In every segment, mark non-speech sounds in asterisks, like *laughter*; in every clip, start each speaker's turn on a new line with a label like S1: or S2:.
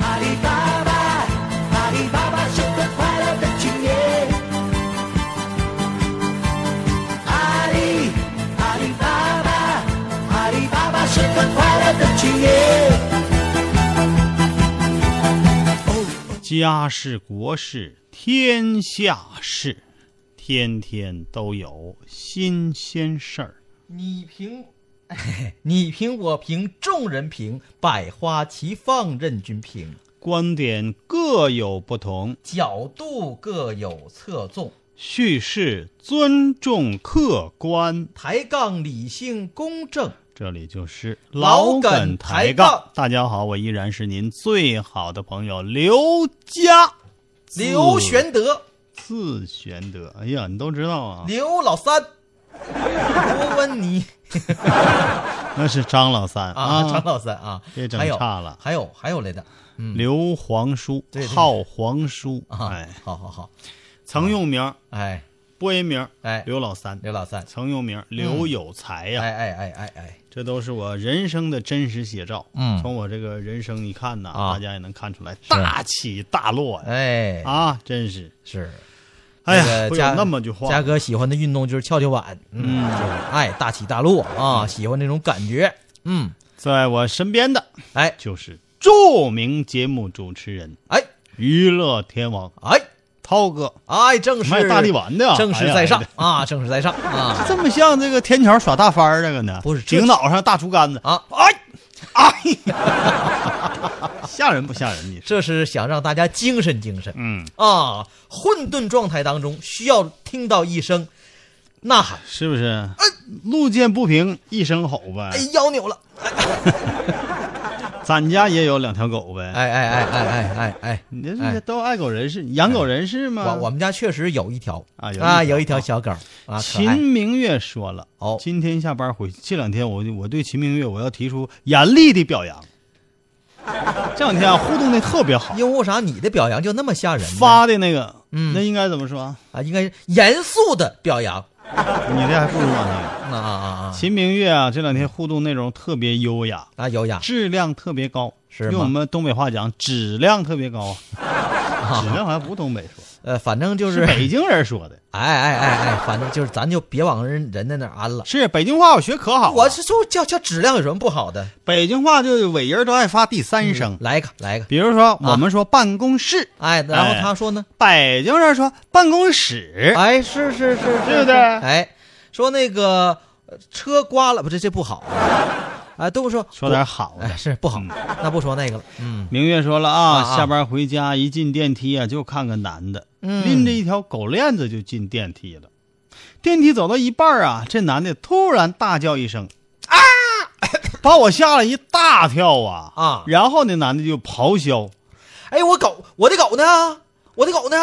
S1: 阿里巴巴，阿里巴巴是个快乐的青年。阿里，阿里巴巴，阿里巴巴是个快乐的青年。
S2: 家事国事天下事，天天都有新鲜事儿。
S1: 你评， *laughs* 你评我评，众人评，百花齐放，任君评。
S2: 观点各有不同，
S1: 角度各有侧重，
S2: 叙事尊重客观。
S1: 抬杠理性公正。
S2: 这里就是
S1: 老
S2: 梗
S1: 梗
S2: 抬
S1: 抬杠
S2: 杠。大家好，我依然是您最好的朋友刘佳，
S1: 刘玄德，
S2: 字玄德。哎呀，你都知道啊，
S1: 刘老三，罗温尼
S2: 那是张老三
S1: *laughs* 啊，张老三啊，
S2: 别整
S1: 还有
S2: 差了
S1: 还有还有来着，嗯
S2: 刘皇叔
S1: 对，对
S2: 号皇叔，
S1: 啊，
S2: 哎，
S1: 好好好，
S2: 曾用名、
S1: 哎
S2: 播音名，
S1: 哎
S2: 刘老三，
S1: 刘老三，
S2: 曾用名刘有才
S1: 哎
S2: 呀、
S1: 哎哎哎哎，
S2: 这都是我人生的真实写照。
S1: 嗯
S2: 从我这个人生你看呐，
S1: 啊
S2: 大家也能看出来，大起大落呀、
S1: 哎
S2: 啊，真是，
S1: 是，
S2: 哎
S1: 这个
S2: 呀，不
S1: 嘉
S2: 有那么句话
S1: 嘉
S2: 吗，
S1: 哥喜欢的运动就是跷跷板，嗯，就是爱大起大落
S2: 嗯
S1: 啊，喜欢那种感觉，嗯，
S2: 在我身边的
S1: 哎
S2: 就是著名节目主持人、
S1: 哎
S2: 娱乐天王
S1: 哎
S2: 涛哥，
S1: 哎，正是
S2: 卖大力丸的
S1: 正
S2: 哎
S1: 是
S2: 呀
S1: 在上
S2: 哎呀
S1: 啊，正是在上啊
S2: 这么像这个天桥耍大翻儿这个呢？
S1: 不是这
S2: 顶脑上大竹竿子，
S1: 啊，
S2: 哎，哎呀， *laughs* 吓人不吓人？你说，
S1: 这是想让大家精神精神，
S2: 嗯，
S1: 啊，混沌状态当中需要听到一声呐喊，
S2: 是不是？哎路见不平一声吼呗
S1: 哎，。腰扭了，
S2: 咱家也有两条狗呗。
S1: 哎哎哎哎哎哎哎，
S2: 你这是都爱狗人士，养狗人士吗？
S1: 我我们家确实有一条
S2: 啊有一条
S1: 啊，有一条小狗啊，可
S2: 秦
S1: 爱，
S2: 明月说了，
S1: 哦
S2: 今天下班回去，这两天我就我对秦明月我要提出严厉的
S1: *laughs*
S2: 表扬。这两天啊，互动的特别好，
S1: 因为啥你的表扬就那么吓人呢？
S2: 发的那个，
S1: 嗯
S2: 那应该怎么说啊？
S1: 啊，应该是严肃的表扬
S2: 你这还不如啊那个。
S1: 啊啊啊
S2: 秦明月啊，这两天互动内容特别优雅，
S1: 啊啊，优雅
S2: 质量特别高，
S1: 是吗
S2: 用我们东北话讲，质量特别高
S1: *laughs*
S2: 啊。质量好像不是东北说，
S1: 呃，反正就是是
S2: 北京人说的。
S1: 哎哎哎哎，反正就是咱就别往人人家那儿安了。
S2: 是北京话，我学可好了。啊
S1: 我是就叫叫质量有什么不好的？
S2: 北京话就尾音儿都爱发第三声，
S1: 来一个来一个，
S2: 比如说
S1: 啊
S2: 我们说办公室，
S1: 哎，然后
S2: 哎
S1: 他说呢，
S2: 北京人说办公室，
S1: 哎，是是是，是
S2: 对不对
S1: 哎，说那个呃车刮了，不这这不好，哎，都不说
S2: 说点好的
S1: 哎，。是不好，那不说那个了，嗯，
S2: 明月说了
S1: 啊
S2: 啊，
S1: 啊
S2: 下班回家一进电梯啊，就看个男的
S1: 嗯
S2: 拎着一条狗链子就进电梯了。电梯走到一半儿啊，这男的突然大叫一声啊， *laughs* 把我吓了一大跳啊
S1: 啊
S2: 然后那男的就咆哮
S1: 哎，我狗，我的狗呢？我的狗呢？：“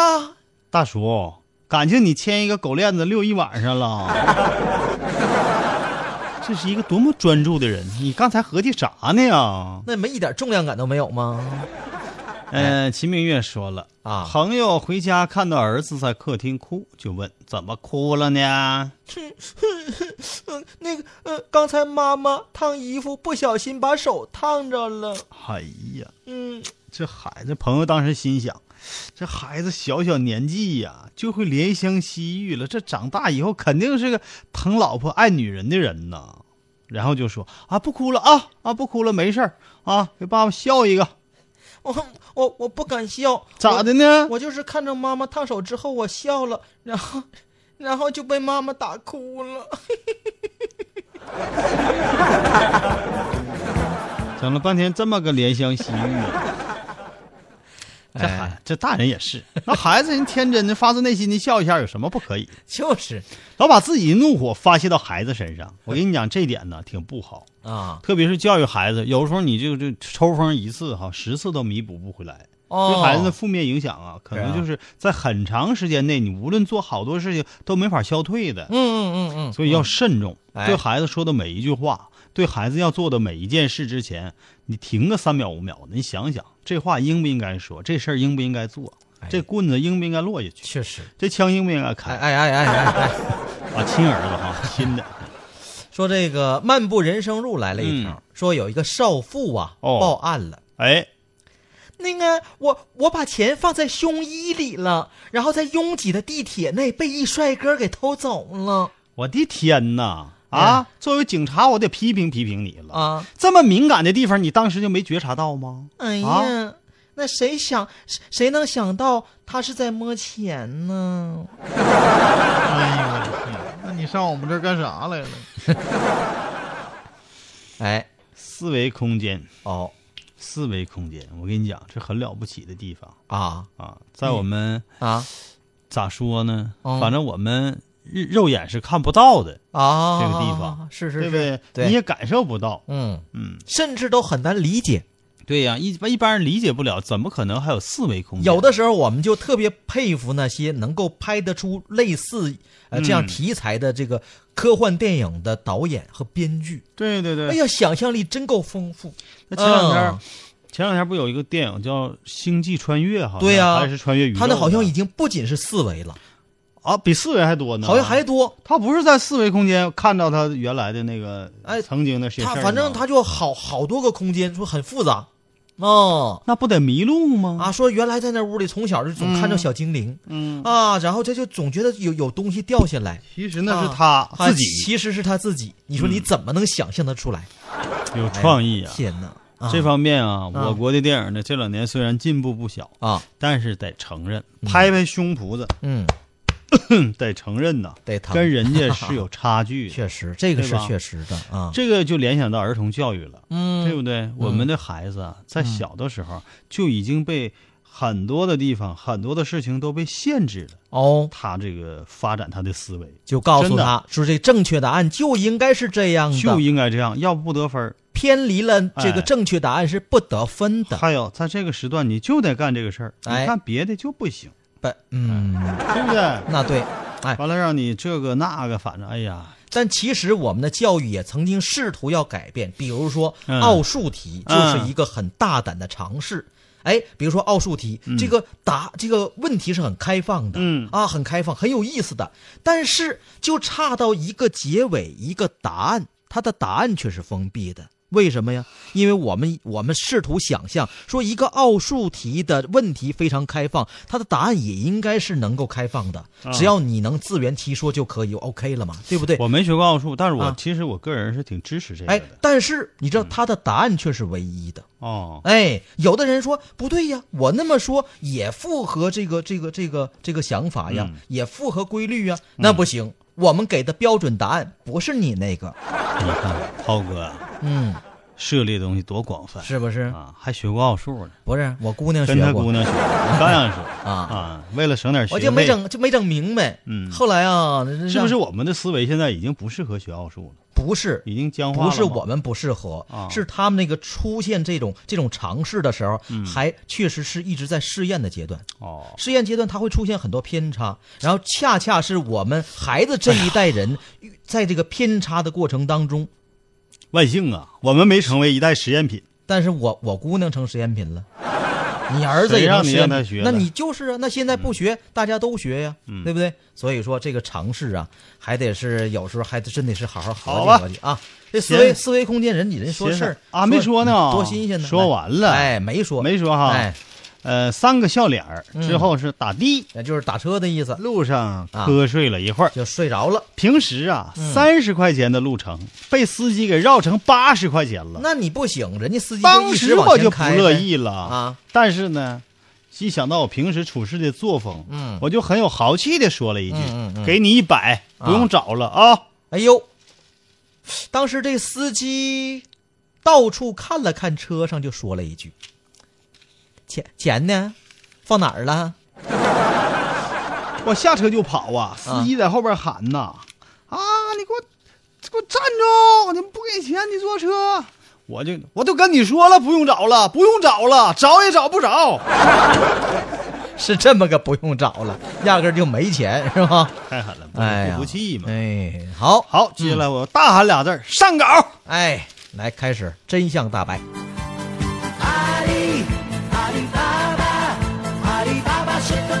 S2: 大叔，感情你牵一个狗链子遛一晚上了。” *laughs* 这是一个多么专注的人！你刚才合计啥呢？
S1: 那没一点重量感都没有吗？
S2: 嗯、呃，秦明月说了
S1: 啊
S2: 朋友回家看到儿子在客厅哭，就问怎么哭了呢？
S1: 嗯，那个，呃，刚才妈妈烫衣服不小心把手烫着了，
S2: 哎呀，
S1: 嗯，
S2: 这孩子朋友当时心想，这孩子小小年纪呀、就会怜香惜玉了，这长大以后肯定是个疼老婆爱女人的人呐。然后就说啊，不哭了啊啊，不哭了，没事儿啊，给爸爸笑一个，
S1: 我我我不敢笑，
S2: 咋的呢？
S1: 我就是看着妈妈烫手之后，我笑了，然后，然后就被妈妈打哭了。
S2: 整了半天这么个怜香惜玉，这孩这大人也是，那孩子人天真的发自内心的笑一下，有什么不可以？
S1: 就是
S2: 老把自己的怒火发泄到孩子身上，我跟你讲，这点呢挺不好。
S1: 啊，
S2: 特别是教育孩子，有时候你就这抽风一次哈，十次都弥补不回来。
S1: 哦，
S2: 对孩子的负面影响啊，可
S1: 对啊
S2: 能就是在很长时间内，你无论做好多事情都没法消退的。
S1: 嗯嗯嗯嗯，
S2: 所以要慎重，
S1: 哎
S2: 对孩子说的每一句话，对孩子要做的每一件事之前，你停个三秒五秒的，你想想这话应不应该说，这事儿应不应该做，
S1: 哎嗯
S2: 这棍子应不应该落下去，
S1: 确实，
S2: 这枪应不应该
S1: 哎
S2: 开
S1: 哎哎哎哎哎，
S2: 啊？亲儿子哈，
S1: *laughs*
S2: 亲的，
S1: 说这个《漫步人生路》来了一
S3: 嗯
S1: 条，说有一个少妇啊、
S2: 哦
S1: 报案了。
S2: 哎，
S1: 那个，我我把钱放在胸衣里了，然后在拥挤的地铁内被一帅哥给偷走了。
S2: 我的天呐！
S1: 哎
S2: 啊，作为警察，我得批评批评你了
S1: 啊！
S2: 这么敏感的地方，你当时就没觉察到吗？
S1: 哎呀，
S2: 啊
S1: 那谁想谁谁能想到他是在摸钱呢？
S3: 哎那你上我们这儿干啥来了？
S1: *laughs* 哎，
S2: 思维空间，
S1: 哦
S2: 思维空间，我跟你讲，这很了不起的地方
S1: 啊
S2: 啊，在我们、
S1: 啊
S2: 咋说呢？
S1: 嗯
S2: 反正我们日肉眼是看不到的，
S1: 啊！
S2: 这个地方
S1: 是是
S2: 对
S1: 是，
S2: 不对？
S1: 对
S2: 你也感受不到。
S1: 嗯，
S2: 嗯，
S1: 甚至都很难理解。
S2: 对呀、一般一般人理解不了，怎么可能还有四维空间？
S1: 有的时候，我们就特别佩服那些能够拍得出类似呃这样
S2: 嗯
S1: 题材的这个科幻电影的导演和编剧。
S2: 对对对。
S1: 哎呀，想象力真够丰富。
S2: 那前两天、
S1: 嗯
S2: 前两天不有一个电影叫《星际穿越》哈？
S1: 对呀
S2: 呀、还是穿越宇宙的？
S1: 他那好像已经不仅是四维了，
S2: 啊，比四维还多呢。
S1: 好像还多。
S2: 他不是在四维空间看到他原来的那个
S1: 哎
S2: 曾经的些事
S1: 他
S2: 儿吗
S1: 反正他就好好多个空间，说很复杂。哦
S2: 那不得迷路吗？
S1: 啊，说原来在那屋里从小就总看着小精灵，
S2: 嗯
S1: 啊，然后他就总觉得有有东西掉下来，
S2: 其实那是他
S1: 啊
S2: 自己、嗯
S1: 其实是他自己。你说你怎么能想象得出来？
S2: 有创意啊。
S1: 哎天哪，啊
S2: 这方面啊，
S1: 啊
S2: 我国的电影呢，这两年虽然进步不小，
S1: 啊，
S2: 但是得承认，拍拍胸脯子，
S1: 嗯，
S2: 哼得承认呐，
S1: 得疼，
S2: 跟人家是有差距
S1: *laughs*
S2: 的。
S1: 确实这个
S2: 对
S1: 是
S2: 吧
S1: 确实的啊。
S2: 这个就联想到儿童教育了，
S1: 嗯，
S2: 对不对？我们的孩子啊，在小的时候就已经被很多的地方、很多的事情都被限制了，
S1: 哦，
S2: 他这个发展他的思维
S1: 就告诉
S2: 真的
S1: 他说这正确答案就应该是这样的，
S2: 就应该这样，要不不得分儿。
S1: 偏离了这个
S2: 哎
S1: 正确答案是不得分的。
S2: 还有，在这个时段你就得干这个事儿，
S1: 哎
S2: 你看别的就不行，
S1: 不，嗯，
S2: 对不对？
S1: 那对。哎，
S2: 完了让你这个那个，反正哎呀，
S1: 但其实我们的教育也曾经试图要改变，比如说
S2: 嗯
S1: 奥数题
S2: 嗯
S1: 就是一个很大胆的尝试。哎，比如说奥数题，这个答这个问题是很开放的，
S2: 嗯
S1: 啊，很开放，很有意思的，但是就差到一个结尾，一个答案，它的答案却是封闭的。为什么呀？因为我们我们试图想象说，一个奥数题的问题非常开放，它的答案也应该是能够开放的，
S2: 啊
S1: 只要你能自圆其说就可以，OK 了嘛，对不对？
S2: 我没学过奥数，但是我
S1: 啊
S2: 其实我个人是挺支持这个
S1: 哎
S2: 的。，
S1: 但是你知道它的答案却是唯一的。
S2: 哦，
S1: 哎，有的人说不对呀，我那么说也符合这个这个这个这个想法
S2: 嗯
S1: 呀，也符合规律呀，那不行，我们给的标准答案不是你那个，
S2: 你看涛哥
S1: 嗯，
S2: 涉猎的东西多广泛，
S1: 是不是？
S2: 啊，还学过奥数呢，
S1: 不是，我姑娘
S2: 跟
S1: 学
S2: 他姑
S1: 过
S2: 娘学，我刚想说
S1: 啊，
S2: 啊，为了省点学
S1: 我
S2: 费，
S1: 就没整就没整明白。
S2: 嗯
S1: 后来啊，那
S2: 是不是
S1: 让
S2: 我们的思维现在已经不适合学奥数了，
S1: 不是？
S2: 已经僵化了
S1: 不
S2: 吗？
S1: 是我们不适合，
S2: 啊
S1: 是他们那个出现这种这种尝试的时候，
S2: 嗯
S1: 还确实是一直在试验的阶段。
S2: 哦，
S1: 试验阶段它会出现很多偏差，然后恰恰是我们孩子这一代
S2: *laughs*
S1: 人，在这个偏差的过程当中，
S2: 万幸啊，我们没成为一代实验品。
S1: 但是我我姑娘成实验品
S2: *laughs*
S1: 了，你儿子也成实
S2: 谁
S1: 验
S2: 让
S1: 品
S2: 你让他学的嗯
S1: 那你就是啊，那现在不学，大家都学呀，对不对？所以说这个尝试啊，还得是有时候还得真得是好好合
S2: 好
S1: 计
S2: 吧
S1: 合计啊。这思
S2: 行
S1: 维思维空间人，你人说事儿
S2: 行啊没说呢
S1: 多新鲜呢！
S2: 说完了
S1: 哎，没说，
S2: 没说哈
S1: 哎，
S2: 呃，三个笑脸儿
S1: 嗯
S2: 之后是打的，
S1: 那就是打车的意思，
S2: 路上
S1: 啊
S2: 瞌睡了一会儿。
S1: 就睡着了。
S2: 平时啊，
S1: 嗯
S2: 三十块钱的路程被司机给绕成八十块钱了。
S1: 那你不行，人家司机
S2: 当
S1: 一
S2: 时
S1: 直
S2: 我
S1: 往前
S2: 就不
S1: 开呗
S2: 乐意了
S1: 啊！
S2: 但是呢，一想到我平时处事的作风，
S1: 嗯
S2: 我就很有豪气的说了一句：“
S1: 嗯嗯嗯
S2: 给你一百，
S1: 啊
S2: 不用找了啊
S1: 哎呦，当时这司机到处看了看，车上就说了一句：“钱钱呢？放哪儿了 *laughs*
S2: 啊我下车就跑啊！司机在后边喊呐：“啊，你给我给我站住！你们不给钱，你坐车。我就我就跟你说了，不用找了，不用找了，找也找不着。
S1: 是这么个不用找了，压根儿就没钱 *laughs* 是吧？
S2: 太狠了，不
S1: 哎呀
S2: 不服气嘛。
S1: 哎，好，
S2: 好，接下来我大喊俩字儿：上稿。
S1: 哎，来开始真相大白。
S4: 阿里阿里巴巴，阿里巴巴是个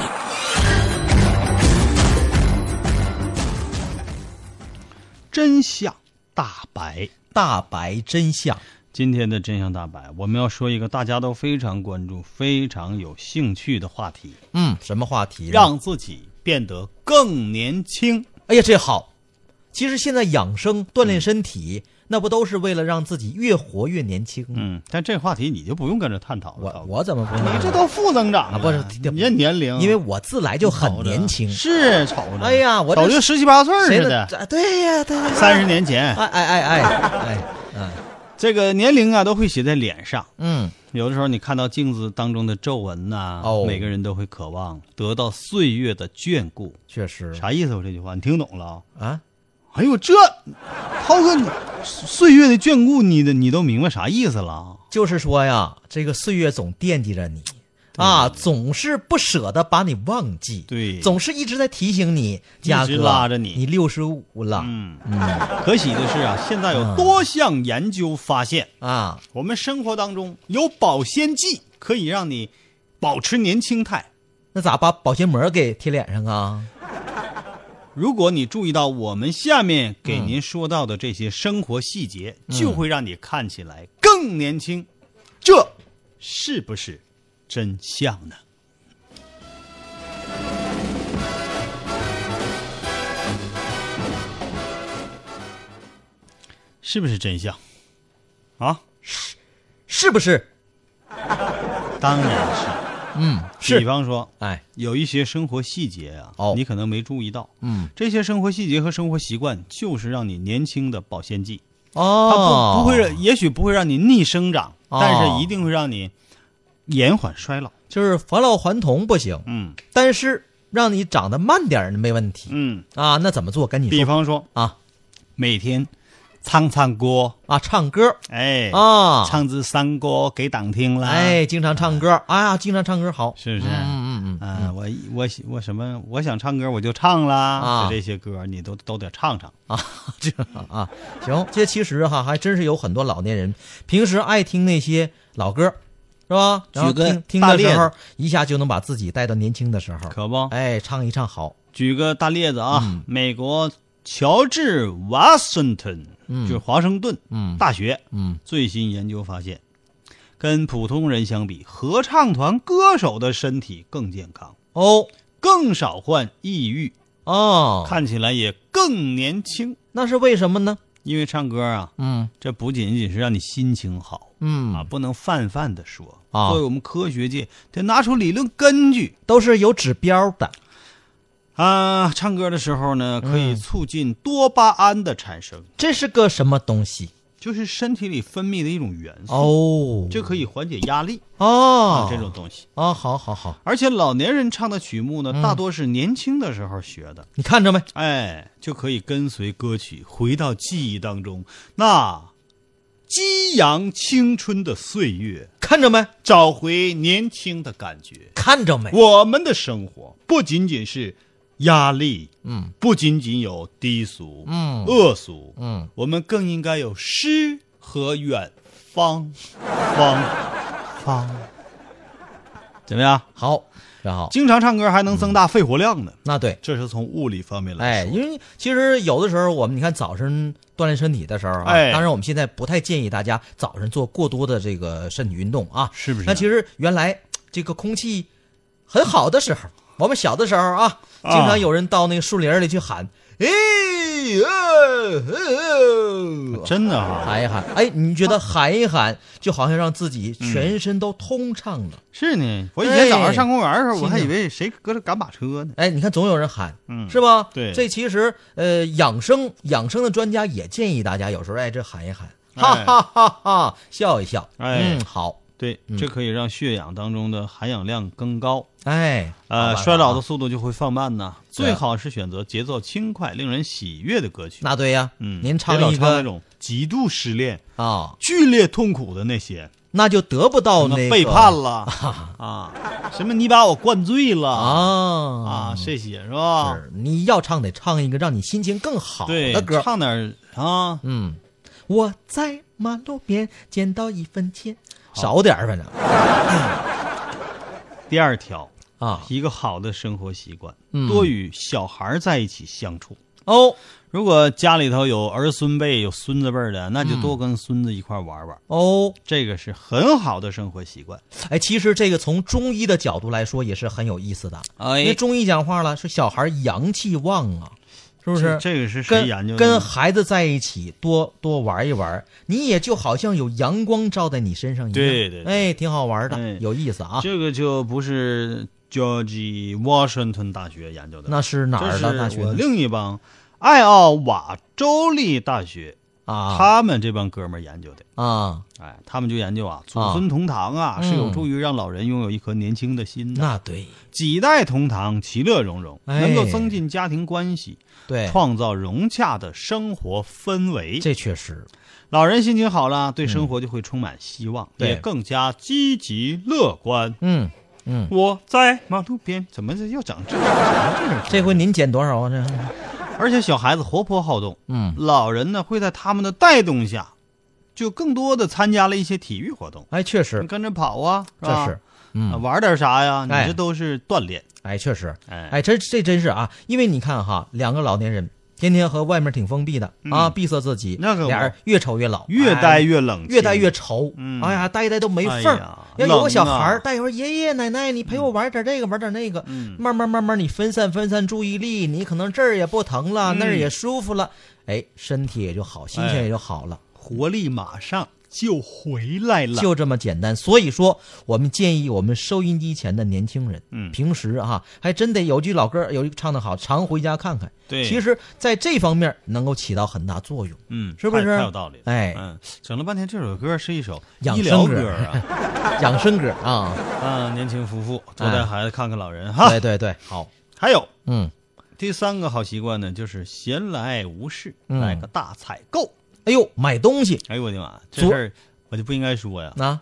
S2: 真相大白。
S1: 大白真相，
S2: 今天的真相大白，我们要说一个大家都非常关注、非常有兴趣的话题，
S1: 嗯，什么话题呢？
S2: 让自己变得更年轻。
S1: 哎呀，这好。其实现在养生锻炼身体，那不都是为了让自己越活越年轻吗？
S2: 嗯，但这话题你就不用跟着探讨
S1: 我
S2: 了。涛哥
S1: 我怎么不
S2: 你
S1: 能？
S2: 这都负增长
S1: 啊
S2: 了，
S1: 不是
S2: 哎你这年龄，
S1: 因为我自来就很年轻。
S2: 是瞅着。
S1: 哎呀我这
S2: 早就十七八岁
S1: 谁的？
S2: 似的，
S1: 这对呀，对呀。
S2: 三十年前，
S1: 哎哎哎哎哎，嗯
S2: 这个年龄啊都会写在脸上。
S1: 嗯，
S2: 有的时候你看到镜子当中的皱纹呐、
S1: 哦
S2: 每个人都会渴望得到岁月的眷顾。
S1: 确实
S2: 啥意思？我这句话你听懂了啊？
S1: 啊。
S2: 哎呦，这涛哥，你岁月的眷顾，你的你都明白啥意思了？啊
S1: 就是说呀，这个岁月总惦记着你啊，总是不舍得把你忘记，
S2: 对
S1: 总是一直在提醒你，
S2: 直
S1: 嘉哥
S2: 拉着你
S1: 你六十五了，
S2: 嗯，可喜的是啊，现在有多项研究发现，
S1: 啊，
S2: 我们生活当中有保鲜剂可以让你保持年轻态。
S1: 那咋把保鲜膜给贴脸上啊？
S2: 如果你注意到我们下面给您说到的这些生活细节，就会让你看起来更年轻。这是不是真相呢？是不是真相？啊，
S1: 是不是？
S2: 当然是。
S1: 嗯，
S2: 比
S1: 是，
S2: 方说，
S1: 哎，
S2: 有一些生活细节啊，
S1: 哦
S2: 你可能没注意到。
S1: 嗯，
S2: 这些生活细节和生活习惯就是让你年轻的保鲜剂，它
S1: 哦，
S2: 不不会让，也许不会让你逆生长，
S1: 哦
S2: 但是一定会让你延缓衰老。
S1: 就是返老还童不行，
S2: 嗯
S1: 但是让你长得慢点儿没问题
S2: 嗯，
S1: 啊。那怎么做？赶紧
S2: 比
S1: 说
S2: 方说
S1: 啊
S2: 每天唱唱歌，
S1: 啊，唱歌
S2: 哎，
S1: 啊，
S2: 唱支山歌给党听了，，
S1: 哎，经常唱歌啊，经常唱歌好，
S2: 是不是？
S1: 嗯嗯嗯
S2: 啊，我我我什么？我想唱歌我就唱啦，
S1: 啊
S2: 就这些歌你都都得唱唱。
S1: *laughs* 这啊，行，这其实哈还真是有很多老年人平时爱听那些老歌，是吧？然后
S2: 举个
S1: 听听
S2: 大
S1: 的
S2: 列
S1: 时候
S2: 子，
S1: 一下就能把自己带到年轻的时候，
S2: 可不
S1: 哎，唱一唱好，
S2: 举个大例子啊，
S1: 嗯
S2: 美国乔治华盛顿，就是华盛顿、
S1: 嗯
S2: 大学
S1: 嗯，
S2: 最新研究发现，跟普通人相比，合唱团歌手的身体更健康，
S1: 哦
S2: 更少患抑郁，
S1: 哦，
S2: 看起来也更年轻。
S1: 那是为什么呢？
S2: 因为唱歌啊，
S1: 嗯
S2: 这不仅仅是让你心情好啊，
S1: 嗯，
S2: 不能泛泛的说
S1: 啊
S2: 作为我们科学界得拿出理论根据。
S1: 都是有指标的，
S2: 啊，唱歌的时候呢，可以
S1: 嗯
S2: 促进多巴胺的产生，
S1: 这是个什么东西？
S2: 就是身体里分泌的一种元素，
S1: 哦，
S2: 这可以缓解压力
S1: 哦
S2: 啊，这种东西。
S1: 啊，好好好，
S2: 而且老年人唱的曲
S1: 嗯
S2: 目呢，大多是年轻的时候学的，
S1: 你看着没？
S2: 哎，就可以跟随歌曲回到记忆当中，那激扬青春的岁月，
S1: 看着没？
S2: 找回年轻的感觉。
S1: 看着没？
S2: 我们的生活不仅仅是压力，
S1: 嗯，
S2: 不仅仅有低俗，
S1: 嗯
S2: 恶俗，
S1: 嗯，
S2: 我们更应该有诗和远方，方
S1: 嗯
S2: 方，怎么样？
S1: 好，然后
S2: 经常唱歌还能增大肺活量呢，
S1: 那对。
S2: 这是从物理方面
S1: 哎，
S2: 来说。
S1: 因为其实有的时候我们你看早晨锻炼身体的时候啊，
S2: 哎
S1: 当然我们现在不太建议大家早晨做过多的这个身体运动啊，
S2: 是不是
S1: 那其实原来这个空气很好的时候，我们小的时候啊，经
S2: 啊
S1: 常有人到那个树林里去喊，哎，哎哎哎
S2: 真的哈、
S1: 喊一喊，哎，你觉得喊一喊，就好像让自己全身都通畅了。
S2: 是呢。我以前早上
S1: 哎
S2: 上公园的时候，我还
S1: 心情
S2: 以为谁搁这赶马车呢。
S1: 哎，你看总有人喊，
S2: 嗯
S1: 是吧？
S2: 对
S1: 这其实呃，养生养生的专家也建议大家有时候哎，这喊一喊，哈
S2: 哎
S1: 哈哈哈，笑一笑，
S2: 哎
S1: 嗯，好，
S2: 对，
S1: 嗯
S2: 这可以让血氧当中的含氧量更高，
S1: 哎，好
S2: 呃，
S1: 办法
S2: 衰老
S1: 啊
S2: 的速度就会放慢呐。
S1: 对啊
S2: 最好是选择节奏轻快、令人喜悦的歌曲。
S1: 那对呀，
S2: 嗯，
S1: 您唱
S2: 别老
S1: 一
S2: 唱那
S1: 个
S2: 种极度失恋、
S1: 啊、
S2: 剧烈痛苦的那些，
S1: 那就得不到
S2: 什么
S1: 哦那个
S2: 背
S1: *laughs*
S2: 叛了啊，什么你把我灌醉了
S1: 啊
S2: 啊，这些是吧？
S1: 是你要唱得唱一个让你心情更好
S2: 对
S1: 的，歌，
S2: 唱点儿啊，
S1: 嗯，我在马路边捡到一分钱，少点儿反正
S2: 第二条，
S1: 啊，
S2: 一个好的生活习惯，
S1: 嗯
S2: 多与小孩儿在一起相处。
S1: 哦
S2: 如果家里头有儿孙辈、有孙子辈儿的，那就多跟孙子一块儿玩玩，
S1: 哦，
S2: 这个是很好的生活习惯。
S1: 哎，其实这个从中医的角度来说也是很有意思的。因为
S2: 哎，
S1: 中医讲话了，说小孩阳气旺啊，是不是？
S2: 这个是谁研究
S1: 跟跟
S2: 的？
S1: 孩子在一起多多玩一玩，你也就好像有阳光照在你身上一样。
S2: 对对对
S1: 哎，挺好玩的，
S2: 哎
S1: 有意思啊。
S2: 这个就不是 George Washington 大学研究的，
S1: 那是哪儿的大学
S2: 这是
S1: 呢
S2: 我另一帮爱奥瓦州立大学，
S1: 啊
S2: 他们这帮哥们儿研究的。
S1: 啊，
S2: 哎，他们就研究啊，祖孙同堂啊，
S1: 嗯
S2: 是有助于让老人拥有一颗年轻的心的。
S1: 那对
S2: 几代同堂，其乐融融，
S1: 哎
S2: 能够增进家庭关系，
S1: 对，
S2: 创造融洽的生活氛围。
S1: 这确实
S2: 老人心情好了，对生活就会充满希望，
S1: 嗯对
S2: 也更加积极乐观。
S1: 嗯嗯，
S2: 我在马路边，怎么这又整这这种
S1: 这回您减多少啊？这
S2: 而且小孩子活泼好动，
S1: 嗯，
S2: 老人呢会在他们的带动下，就更多的参加了一些体育活动，
S1: 哎，确
S2: 你
S1: 实
S2: 跟着跑啊，
S1: 这
S2: 吧
S1: 是，
S2: 啊
S1: 嗯，
S2: 玩点啥呀？你
S1: 哎
S2: 这都是锻炼。
S1: 哎，确实，
S2: 哎
S1: 哎，这这真是啊，因为你看哈，两个老年人天天和外面挺封闭的啊，闭塞自己，
S2: 嗯那可不
S1: 俩人越瞅越老，
S2: 越
S1: 哎
S2: 待越冷清，
S1: 越待越愁
S2: 嗯，
S1: 哎呀，待一待都没缝
S2: 哎
S1: 儿
S2: 呀。
S1: 要有
S2: 冷
S1: 个小孩
S2: 啊
S1: 儿，待一会儿爷爷奶奶，你陪我玩点这个，玩点那个，
S2: 嗯
S1: 慢慢慢慢，你分散分散注意力，你可能这儿也不疼了，那儿也舒服了，哎，身体也就好，心情
S2: 嗯哎
S1: 也就好了。
S2: 活力马上就回来了。
S1: 就这么简单。所以说，我们建议我们收音机前的年轻人，
S2: 嗯
S1: 平时啊，还真得有句老歌，有一唱的好，常回家看看。
S2: 对
S1: 其实在这方面能够起到很大作用。
S2: 嗯，
S1: 是不是
S2: 太太有道理了？
S1: 哎
S2: 嗯，整了半天这首歌是一首
S1: 养
S2: 医疗
S1: 生歌
S2: 歌啊。
S1: *laughs* 养生歌
S2: *laughs*
S1: 啊，
S2: 嗯，年轻夫妇多带孩子看看老人哈
S1: 对。对对，好，
S2: 还有
S1: 嗯，
S2: 第三个好习惯呢，就是闲来无事
S1: 嗯
S2: 来个大采购。
S1: 哎呦，买东西
S2: 哎呦我的妈，这
S1: 昨
S2: 事儿我就不应该说呀，
S1: 啊，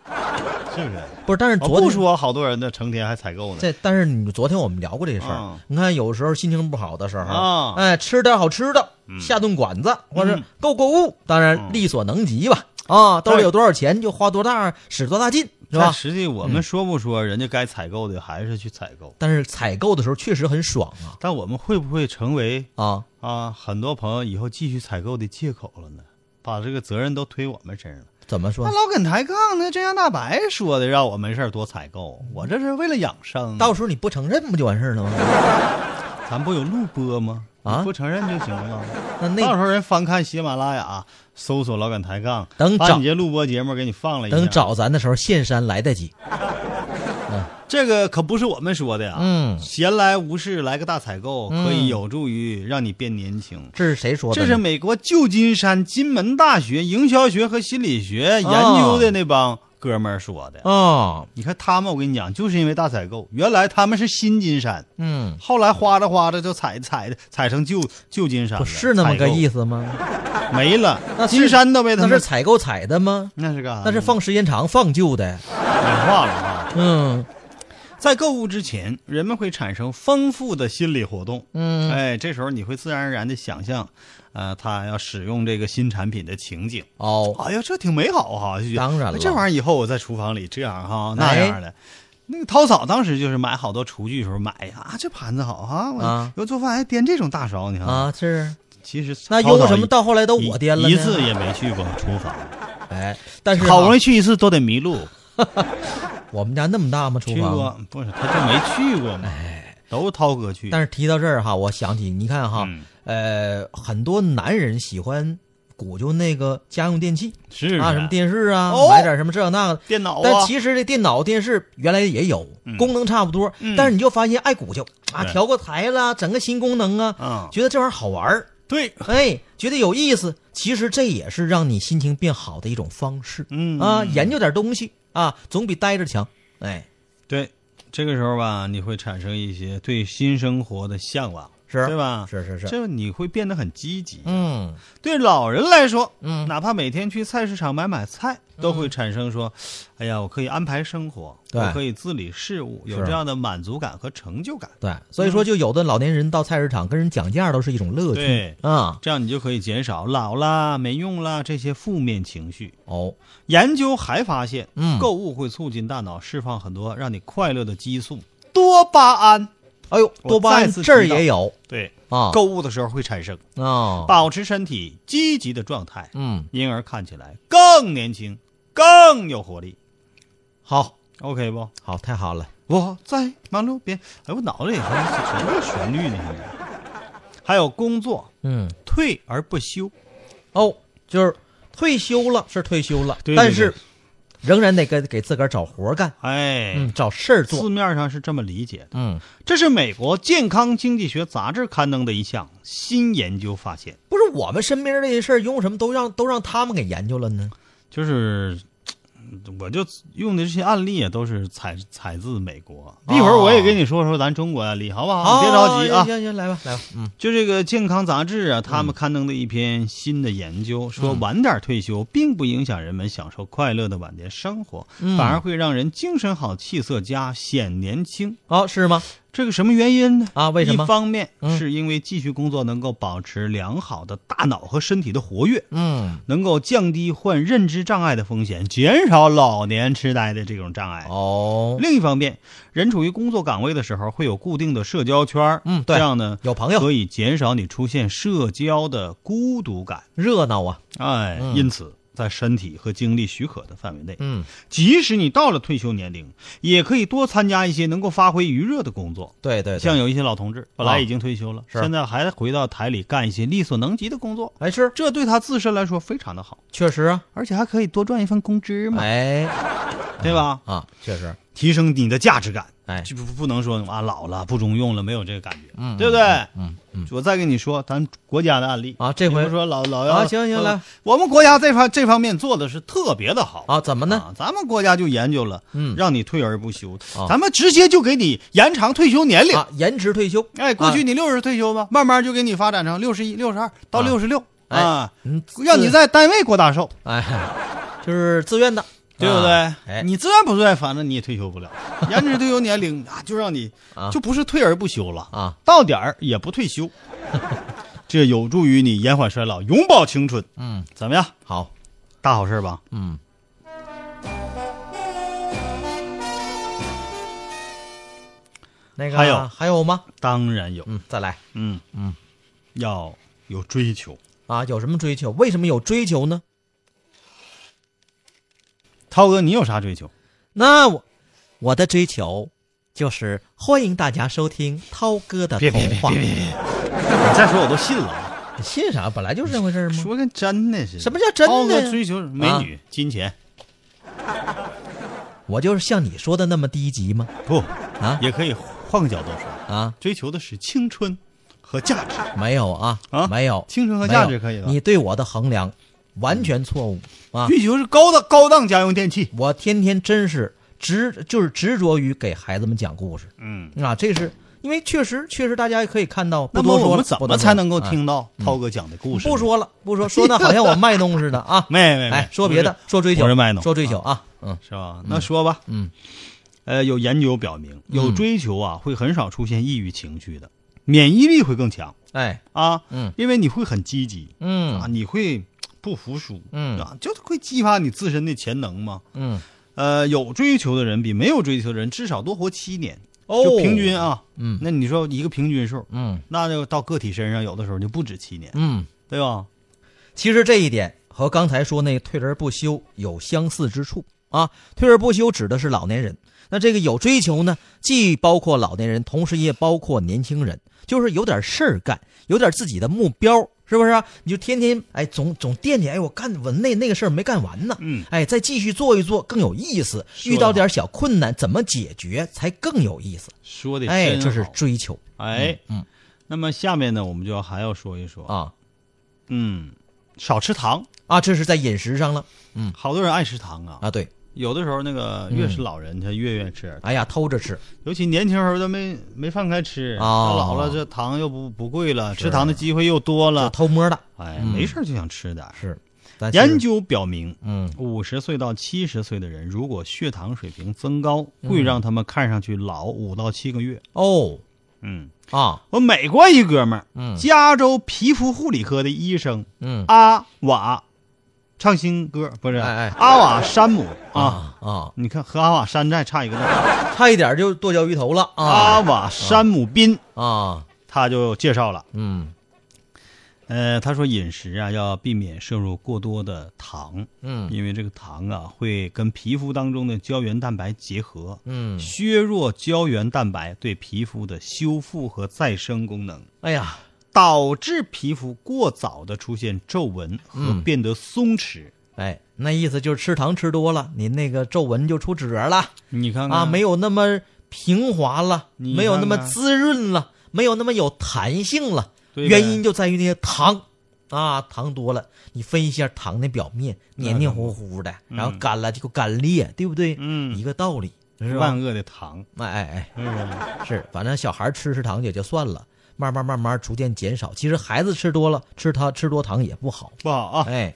S2: 是不是？
S1: 不是，但是
S2: *laughs* 我
S1: 昨
S2: 哦不
S1: 天。
S2: 说，好多人呢成天还采购呢。
S1: 这，但是你昨天我们聊过这事儿
S2: 嗯。
S1: 你看，有时候心情不好的时
S2: 啊
S1: 候，哎，吃点好吃的，
S2: 嗯
S1: 下顿馆子，或者购购物，当然力所能及吧。啊，兜里有多少钱就花多大，使多大劲，是吧嗯
S2: 但？实际我们说不说，人家该采购的还是去采购。
S1: 但是采购的时候确实很爽啊
S2: 但我们会不会成为
S1: 啊！
S2: 啊，很多朋友以后继续采购的借口了呢，把这个责任都推我们身上了。
S1: 怎么说
S2: 那？老耿抬杠呢？这样大白说的，让我没事儿多采购，我这是为了养生。
S1: 嗯到时候你不承认不就完事儿了吗？
S2: 咱不有录播吗？
S1: 啊
S2: 你不承认就行了吗？
S1: 那
S2: 到时
S1: 那
S2: 候人翻看喜马拉雅，啊搜索“老耿抬杠”，
S1: 等
S2: 把
S1: 找
S2: 你这录播节目给你放了一下。
S1: 等找咱的时候，现山来得及。
S2: 这个可不是我们说的呀。
S1: 嗯
S2: 闲来无事来个大采购，
S1: 嗯
S2: 可以有助于让你变年轻。
S1: 这是谁说的
S2: 这
S1: 呢？
S2: 是美国旧金山金门大学营销学和心理
S1: 哦
S2: 学研究的那帮哥们儿说的。
S1: 啊，
S2: 你看他们，我跟你讲，就是因为大采购，原来他们是新金山，
S1: 嗯，
S2: 后来花着花着就采采的采成旧旧金山
S1: 不
S2: 了，
S1: 是那么个意
S2: 思，
S1: 思吗？
S2: 没了，
S1: 那是
S2: 金山都被他
S1: 那
S2: 们
S1: 是采购采的吗？
S2: 那是干啥？
S1: 那是放时间长放旧的。
S2: 氧化了啊！
S1: 嗯
S2: 在购物之前，人们会产生丰富的心理活动，
S1: 嗯，
S2: 哎，这时候你会自然而然的想象，呃，他要使用这个新产品的情景。
S1: 哦，
S2: 哎呀，这挺美好哈、就觉得哎
S1: 当然了哎
S2: 这玩意儿以后我在厨房里这样哈、那样的。那个涛嫂当时就是买好多厨具的时候买呀，啊，这盘子好哈，我
S1: 啊
S2: 有做饭还掂这种大勺，你看
S1: 啊，是
S2: 其实
S1: 那
S2: 涛嫂
S1: 用什么
S2: 一
S1: 到后来都我颠了呢
S2: 一一次也没去过厨房，
S1: 哎，但是
S2: 好不容易
S1: 易
S2: 去一次都得迷路。
S1: 我们家那么大吗？厨
S2: 去
S1: 房？哎
S2: 过不是他就没去过嘛，都是涛哥去。
S1: 但是提到这儿哈，我想起你看哈，
S2: 嗯
S1: 呃，很多男人喜欢鼓就那个家用电器
S2: 是
S1: 啊，什么电视啊，
S2: 哦
S1: 买点什么这那个。
S2: 电脑
S1: 但
S2: 啊，
S1: 其实这电脑、电视原来也有，
S2: 嗯
S1: 功能差不多，
S2: 嗯
S1: 但是你就发现爱鼓就啊，
S2: 对
S1: 调个台啦，整个新功能啊，
S2: 嗯，
S1: 觉得这玩意儿好玩
S2: *laughs*
S1: 儿，
S2: 对，
S1: 哎，觉得有意思。其实这也是让你心情变好的一种方式
S2: 嗯
S1: 啊，研究点东西啊，总比呆着强。哎，
S2: 对，这个时候吧，你会产生一些对新生活的向往，
S1: 是
S2: 对吧？
S1: 是是是，
S2: 这你会变得很积极。
S1: 嗯
S2: 对老人来说，
S1: 嗯
S2: 哪怕每天去菜市场买买菜，都会产生说：“哎呀，我可以安排生活，
S1: 对
S2: 我可以自理事务，有
S1: 是
S2: 这样的满足感和成就感。
S1: 对，所
S2: 嗯
S1: 以说就有的老年人到菜市场跟人讲价都是一种乐趣
S2: 对，
S1: 啊。
S2: 这样你就可以减少老啦、没用啦这些负面情绪。
S1: 哦，
S2: 研究还发现，
S1: 嗯
S2: 购物会促进大脑释放很多让你快乐的激素，多巴胺。
S1: 哎呦，
S2: 我
S1: 多巴胺
S2: 再次
S1: 这儿
S2: 提到
S1: 也有
S2: 对，
S1: 啊，
S2: 购物的时候会产生，
S1: 啊，
S2: 保持身体积极的状态，
S1: 嗯，
S2: 因而看起来更年轻、更有活力。
S1: 好，
S2: OK 不？
S1: 好，太好了，
S2: 我在马路边，哎，我脑子里头什么旋律呢？还有工作，
S1: 嗯，
S2: 退而不休，
S1: 哦，就是退休了是退休了，
S2: 对对
S1: 但是仍然得给给自个儿找活儿干，
S2: 哎，
S1: 嗯，找事儿
S2: 字
S1: 做，
S2: 面上是这么理解的。
S1: 嗯，
S2: 这是美国健康经济学杂志刊登的一项新研究发现，
S1: 不是我们身边这些事儿，用什么都让都让他们给研究了呢？
S2: 就是。嗯我就用的这些案例啊，都是采采自美国。一会儿我也给你说说咱中国案例，好不好？你别着急啊
S1: 行。哎行行，来吧来吧，嗯，
S2: 就这个健康杂志啊，他们刊登的一篇新的研
S1: 嗯
S2: 究说，晚点退休并不影响人们享受快乐的晚年生活，
S1: 嗯
S2: 反而会让人精神好、气色佳、显年轻。
S1: 哦，是吗？
S2: 这个什么原因呢？
S1: 啊为什么
S2: 一方面
S1: 嗯
S2: 是因为继续工作能够保持良好的大脑和身体的活跃，
S1: 嗯，
S2: 能够降低患认知障碍的风险，减少老年痴呆的这种障碍。
S1: 哦，
S2: 另一方面，人处于工作岗位的时候，会有固定的社交圈儿
S1: 嗯对
S2: 这样呢，
S1: 有朋友
S2: 可以减少你出现社交的孤独感。
S1: 热闹啊，
S2: 哎，
S1: 嗯
S2: 因此，在身体和精力许可的范围内，
S1: 嗯，
S2: 即使你到了退休年龄，也可以多参加一些能够发挥余热的工作。
S1: 对对，对
S2: 像有一些老同志本
S1: 啊
S2: 来已经退休了，
S1: 是
S2: 现在还回到台里干一些力所能及的工作，
S1: 哎是，
S2: 这对他自身来说非常的好，
S1: 确实啊，
S2: 而且还可以多赚一份工资嘛，
S1: 哎
S2: 对吧？
S1: 啊，确实，
S2: 提升你的价值感。
S1: 哎，
S2: 就不不能说啊老了不中用了，没有这个感觉，
S1: 嗯
S2: 对不对？
S1: 嗯嗯，
S2: 我再跟你说咱国家的案例
S1: 啊这回
S2: 你不说老老要呃
S1: 啊行行来，
S2: 我们国家这方这方面做的是特别的好
S1: 啊，怎么呢？
S2: 啊咱们国家就研究了，
S1: 嗯
S2: 让你退而不休
S1: 啊，
S2: 咱们直接就给你延长退休年龄。
S1: 啊，延迟退休，
S2: 哎，过去
S1: 啊
S2: 你六十岁退休吧，慢慢就给你发展成六十一、六十二到
S1: 啊
S2: 六十六
S1: 哎
S2: 啊，
S1: 嗯，
S2: 让你在单位过大寿，
S1: 哎，就是自愿的，
S2: *laughs* 对不对
S1: 啊？哎，
S2: 你自然不愿，反正你也退休
S1: *laughs*
S2: 不了，延迟退休年龄啊，就让你
S1: 啊
S2: 就不是退而不休了
S1: 啊，
S2: 到点儿也不退休， *laughs* 这有助于你延缓衰老，永葆青春。
S1: 嗯，
S2: 怎么样？
S1: 好，
S2: 大好事儿吧？
S1: 嗯，那个
S2: 还有
S1: 还有吗？
S2: 当然有，
S1: 嗯，再来
S2: 嗯
S1: 嗯，
S2: 要有追求。
S1: 啊，有什么追求？为什么有追求呢？
S2: 涛哥，你有啥追求？
S1: 那我我的追求就是欢迎大家收听涛哥的
S2: 别
S1: 童
S2: 别别
S1: 话
S2: 别。别别！ *laughs* 你再说我都信了啊。
S1: 你信啥？本来就是这回事儿吗？
S2: 说跟真的似的。啊
S1: 什么叫真的
S2: 涛哥
S1: 呀
S2: 追求美女、金钱
S1: 我就是像你说的那么低级吗？
S2: 不
S1: 啊
S2: 也可以换个角度说，
S1: 啊，
S2: 追求的是青春和价值。
S1: 没有啊，
S2: 啊
S1: 没有，
S2: 青春和
S1: 没有
S2: 价值可以吧嗯
S1: 你对我的衡量完全错误啊！
S2: 追求是高档高档家用电器。
S1: 我天天真是执，就是执着于给孩子们讲故事
S2: 嗯，
S1: 啊，这是因为确实确实大家也可以看到，不
S2: 那
S1: 多
S2: 么
S1: 说了
S2: 我们怎
S1: 不
S2: 么嗯
S1: 多说
S2: 才能够
S1: 了啊
S2: 听到涛哥讲的故事呢？。
S1: 不说了，不说，说的好像我卖弄似的啊
S2: *laughs* 没没没
S1: 哎，说别的
S2: 不，是
S1: 说追求
S2: 我是卖，弄
S1: 说追求啊，嗯，
S2: 是吧？那说吧，
S1: 嗯，
S2: 呃，有研究表明，有追求啊，会很少出现抑郁情绪的，免疫力会更强
S1: 哎，
S2: 啊。
S1: 嗯
S2: 因为你会很积极啊，
S1: 嗯
S2: 你会不服输，
S1: 嗯
S2: 啊，就是会激发你自身的潜能嘛。
S1: 嗯，
S2: 呃，有追求的人比没有追求的人至少多活七年，
S1: 哦
S2: 就平均啊。
S1: 嗯
S2: 那你说一个平均数，
S1: 嗯
S2: 那就到个体身上，有的时候就不止七年，
S1: 嗯，
S2: 对吧？
S1: 其实这一点和刚才说那退而不休有相似之处，啊，退而不休指的是老年人。那这个有追求呢，既包括老年人，同时也包括年轻人，就是有点事儿干，有点自己的目标，是不是啊、你就天天哎，总总惦记，哎，我干我那那个事儿没干完呢，
S2: 嗯，
S1: 哎，再继续做一做更有意思。遇到点小困难，怎么解决才更有意思？
S2: 说的
S1: 哎，
S2: 真
S1: 这是
S2: 好
S1: 追求
S2: 哎，
S1: 嗯嗯
S2: 那么下面呢，我们就要还要说一说，
S1: 啊
S2: 嗯，少吃糖，
S1: 啊，这是在饮食上了
S2: 好多人爱吃糖啊，
S1: 啊，对，
S2: 有的时候那个越是老人，他越愿意吃，
S1: 哎呀，偷着吃，
S2: 尤其年轻时候都没没放开吃，
S1: 哦
S2: 到老了这糖又不不贵了，吃糖的机会又多
S1: 就
S2: 了，
S1: 啊偷摸的
S2: 哎，
S1: 嗯
S2: 没事儿就想吃点儿。
S1: 是。咱其实
S2: 研，究表明，
S1: 嗯，
S2: 五十岁到七十岁的人，如果血糖水平增高，
S1: 嗯
S2: 会让他们看上去老五到七个月。
S1: 哦
S2: 嗯，
S1: 啊，
S2: 我美国一哥们儿，
S1: 嗯
S2: 加州皮肤护理科的医生
S1: 嗯，
S2: 阿瓦，唱新歌不是？
S1: 哎哎
S2: 阿瓦山姆啊，
S1: 啊，
S2: 你看和阿瓦山寨差一个字儿。
S1: 差一点就剁椒鱼头了
S2: 阿
S1: 啊
S2: 瓦山姆宾
S1: 啊，
S2: 他就介绍了，
S1: 嗯
S2: 呃，他说饮食啊要避免摄入过多的糖，
S1: 嗯
S2: 因为这个糖啊会跟皮肤当中的胶原蛋白结合，
S1: 嗯，
S2: 削弱胶原蛋白对皮肤的修复和再生功能，
S1: 哎呀，
S2: 导致皮肤过早的出现皱纹和
S1: 嗯
S2: 变得松弛。
S1: 哎，那意思就是吃糖吃多了，您那个皱纹就出褶了
S2: 你看看
S1: 啊，没有那么平滑了，
S2: 嗯你
S1: 没有
S2: 看
S1: 那么
S2: 看
S1: 滋润了，没有那么有弹性了，
S2: 对呗
S1: 原因就在于那些糖。啊，糖多了，你分一下糖的表面，黏黏糊糊的，然后干了就干裂，对不对？
S2: 嗯
S1: 一个道理，是吧？
S2: 万恶的糖，
S1: 哎哎
S2: *laughs* 是啊吧？
S1: 哎，是，反正小孩吃吃糖也就算了，慢慢慢慢逐渐减少。其实孩子吃多了，吃糖吃多糖也不好。
S2: 不好啊。
S1: 哎，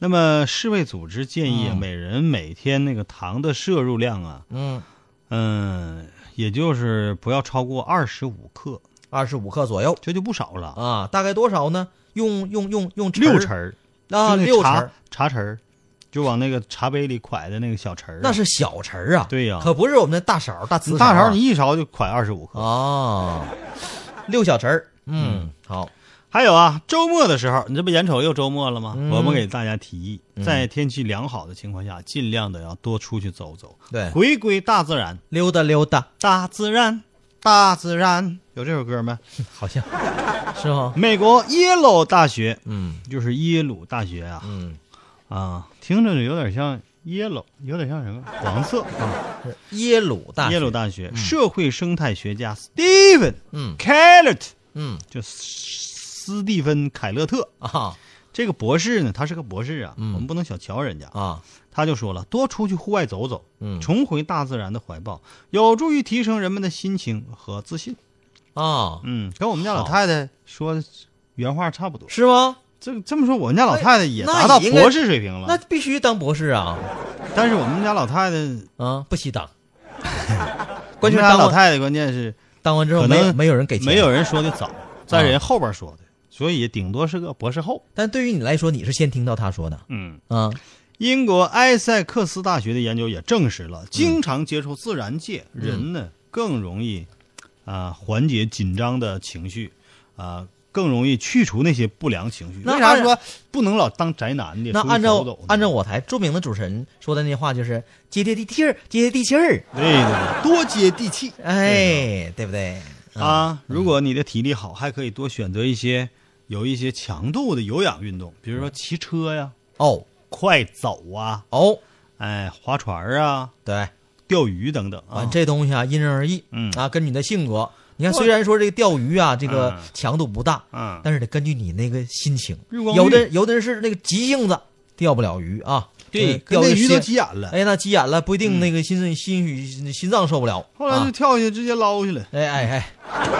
S2: 那么世卫组织建议啊
S1: 嗯
S2: 每人每天那个糖的摄入量啊，
S1: 嗯，
S2: 嗯，也就是不要超过二十五克，
S1: 二十五克左右
S2: 这就不少了。
S1: 啊，大概多少呢？用用用用匙
S2: 呃六
S1: 儿
S2: 匙儿
S1: 啊，
S2: 就那
S1: 六匙
S2: 茶
S1: 儿，
S2: 茶匙儿，就往那个茶杯里蒯的那个小匙儿啊。
S1: 那是小匙儿啊，
S2: 对呀
S1: 可不是我们的大勺大瓷
S2: 大
S1: 勺
S2: 勺，
S1: 啊
S2: 你一勺就蒯二十五克。
S1: 哦，六小匙儿，嗯，好，
S2: 还有啊，周末的时候，你这不眼瞅又周末了吗？
S1: 嗯
S2: 我们给大家提议，在天气良好的情况下，尽量的要多出去走走，
S1: 对，
S2: 回归大自然。
S1: 溜达溜达，
S2: 大自然，大自然，有这首歌没？
S1: 好
S2: *laughs*
S1: 像是吗？
S2: 美国耶鲁大学，
S1: 嗯
S2: 就是耶鲁大学啊，
S1: 嗯，
S2: 啊，听着有点像 yellow，有点像什么黄色啊？
S1: 是耶鲁大学，
S2: 耶鲁大学社会生态学家 Steven
S1: 嗯
S2: Kellett，
S1: 嗯
S2: 就斯蒂芬凯勒特
S1: 啊
S2: 这个博士呢，他是个博士啊，
S1: 嗯
S2: 我们不能小瞧人家。
S1: 啊，
S2: 他就说了，多出去户外走走，
S1: 嗯
S2: 重回大自然的怀抱，有助于提升人们的心情和自信。
S1: 啊，
S2: 嗯，跟我们家老太太说原话差不多。
S1: 是吗？
S2: 这这么说，我们家老太太也
S1: 哎那
S2: 达到
S1: 也应该
S2: 博士水平了。
S1: 那必须当博士啊！
S2: 但是我们家老太太，
S1: 啊，不惜当。
S2: 嗯 *laughs* 我
S1: 关
S2: 们
S1: 键
S2: 家
S1: 当
S2: 老
S1: 完
S2: 太太，关键是
S1: 当完之后
S2: 可
S1: 没有
S2: 能
S1: 没有人给钱，啊
S2: 没有。人说的早，在人后边说的，所以顶多是个博士后。
S1: 但对于你来说，你是先听到他说的
S2: 嗯，
S1: 啊。
S2: 英国埃塞克斯大学的研究也证实
S1: 嗯
S2: 了，经常接触自然界，人呢更容易啊、缓解紧张的情绪啊。更容易去除那些不良情绪。
S1: 那
S2: 为啥
S1: 按照
S2: 说不能老当宅男的？
S1: 那
S2: 出去
S1: 按
S2: 走
S1: 照
S2: 走
S1: 按照我台著名的主持人说的那话，就是接地气儿，接地气儿，
S2: 对对对，多接地气。
S1: 哎，对不对？
S2: 啊，如果你的体力好，还可以多选择一些有一些强度的有氧运动，比如说骑车呀、
S1: 哦
S2: 快走啊、
S1: 哦，
S2: 哎、划船啊、
S1: 对，
S2: 钓鱼等等
S1: 啊
S2: 啊，。
S1: 这东西啊，因人而异，
S2: 嗯
S1: 啊，根据你的性格。你看，
S2: 我
S1: 虽然说这个钓鱼啊，这个
S2: 嗯
S1: 强度不大，
S2: 嗯
S1: 但是得根据你那个心情。
S2: 日光浴
S1: 有的有的人是那个急性子，钓不了鱼啊，
S2: 对，
S1: 呃
S2: 跟
S1: 钓
S2: 那
S1: 的
S2: 鱼
S1: 时
S2: 都
S1: 间
S2: 急眼了，嗯
S1: 哎，那急眼了，不一定那个心心心心脏受不了。
S2: 后来就
S1: 啊
S2: 跳下去直接捞去了。
S1: 哎哎哎，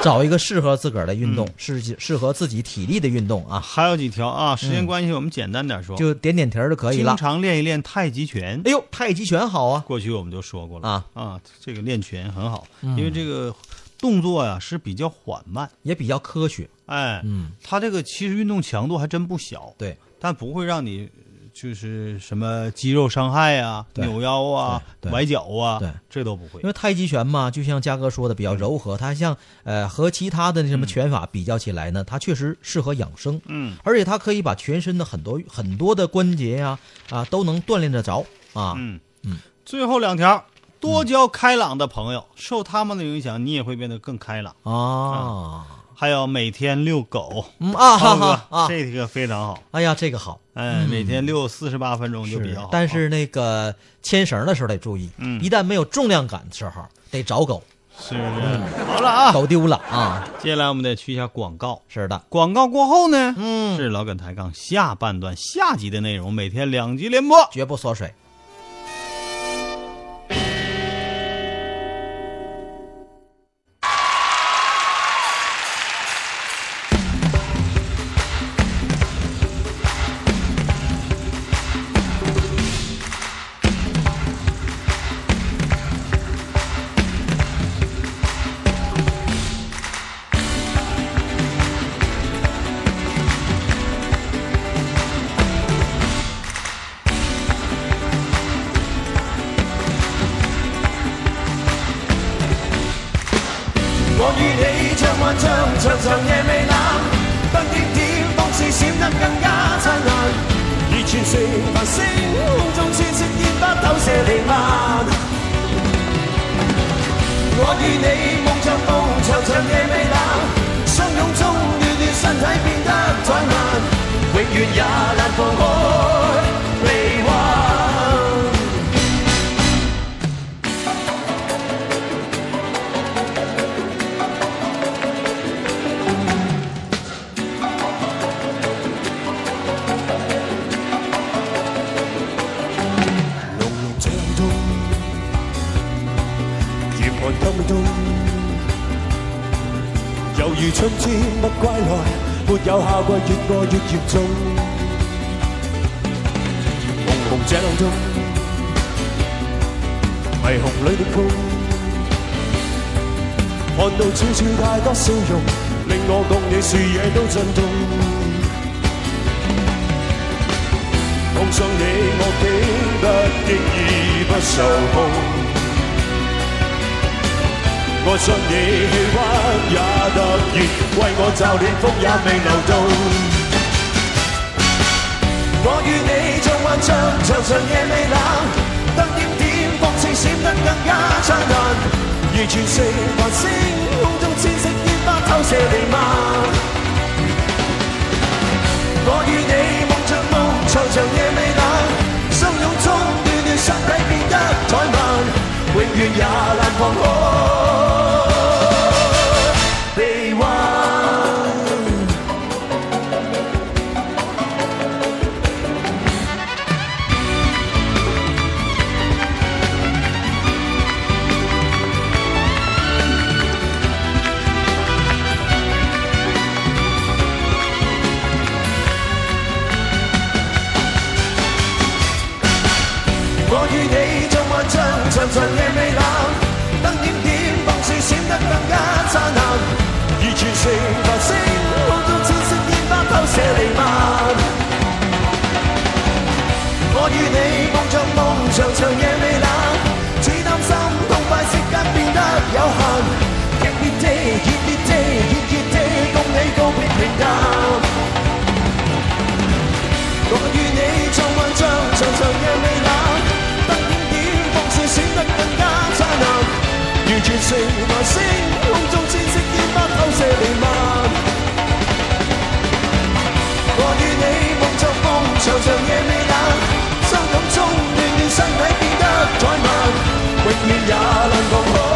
S1: 找一个适合自个儿的运动，适适合自己体力的运动啊，
S2: 还有几条啊，时间关系，我们简单点说，
S1: 就点点题儿就可以
S2: 经
S1: 了。
S2: 常练一练太极拳。
S1: 哎呦，太极拳好啊！
S2: 过去我们就说过了
S1: 啊
S2: 啊，嗯这个练拳很好，因为这个动作呀是比较缓慢，
S1: 也比较科学。
S2: 哎，
S1: 嗯，
S2: 它这个其实运动强度还真不小。
S1: 对，
S2: 但不会让你呃就是什么肌肉伤害啊、
S1: 对
S2: 扭腰啊、
S1: 对对
S2: 崴脚啊，
S1: 对
S2: 这都不会
S1: 因。为太极拳嘛，就像嘉哥说的，比较柔和，它像呃和其他的那什么拳法比较起来呢，它确实适合养生。
S2: 嗯，
S1: 而且它可以把全身的很多很多的关节呀啊都能锻炼得着啊。
S2: 嗯，
S1: 嗯，
S2: 最后两条，多交开朗的朋友，受他们的影响，你也会变得更开朗。
S1: 啊，
S2: 还有每天遛狗，
S1: 嗯啊哈
S2: 涛哥
S1: 哈啊，
S2: 这个非常好。
S1: 哎呀，这个好。
S2: 哎，每天遛四十八分钟就比较好。
S1: 但是那个牵绳的时候得注意，
S2: 嗯
S1: 一旦没有重量感的时候，得找狗，
S2: 是不是？
S1: 嗯
S2: 好了啊，
S1: 搞丢了啊。
S2: 接下来我们得去一下广告。
S1: 是的，
S2: 广告过后呢，
S1: 嗯
S2: 是老梗抬杠下半段下集的内容，每天两集连播。
S1: 绝不缩水。
S4: 我與你唱還唱，長長夜未冷，燈點點，當時閃得更加燦爛。而全城繁星，空中穿梭煙花透射瀰漫。我與你夢像夢，長長夜未冷，相擁中暖暖身體變得燦爛，永遠也難防開臂彎。濃濃漲動，嚴寒當中，猶如春天不歸來，沒有夏季越愛越嚴重。紅紅這浪中，迷紅裏的風，看到處處太多笑容，令我共你視野都震動。碰上你，我竟不經意不受控。愛上你氣温也突然，為我罩暖風也未流動。我與你像幻象，長長夜未冷，燈點點，光線閃得更加燦爛，而全城繁星，空中千色煙花透射瀰漫。我與你夢像夢，長長夜未冷，相擁中暖暖身體變得怠慢，永遠也難放開臂彎。我與你像幻象，長長夜未冷，燈點點，放肆閃得更加燦爛，而全城繁星，空中千色煙花透射瀰漫。我與你望着夢，長長夜未冷，只擔心痛快時間變得有限，劇烈地、熱烈地、熱熱地，共你告別平淡。我與你像幻象，長長夜未冷，燈點點，放肆閃得更加燦爛，完全成繁星，空中千色煙花透射瀰漫。我與你夢像夢，長長夜未冷，傷感中暖暖身體變得怠慢，永遠也難忘。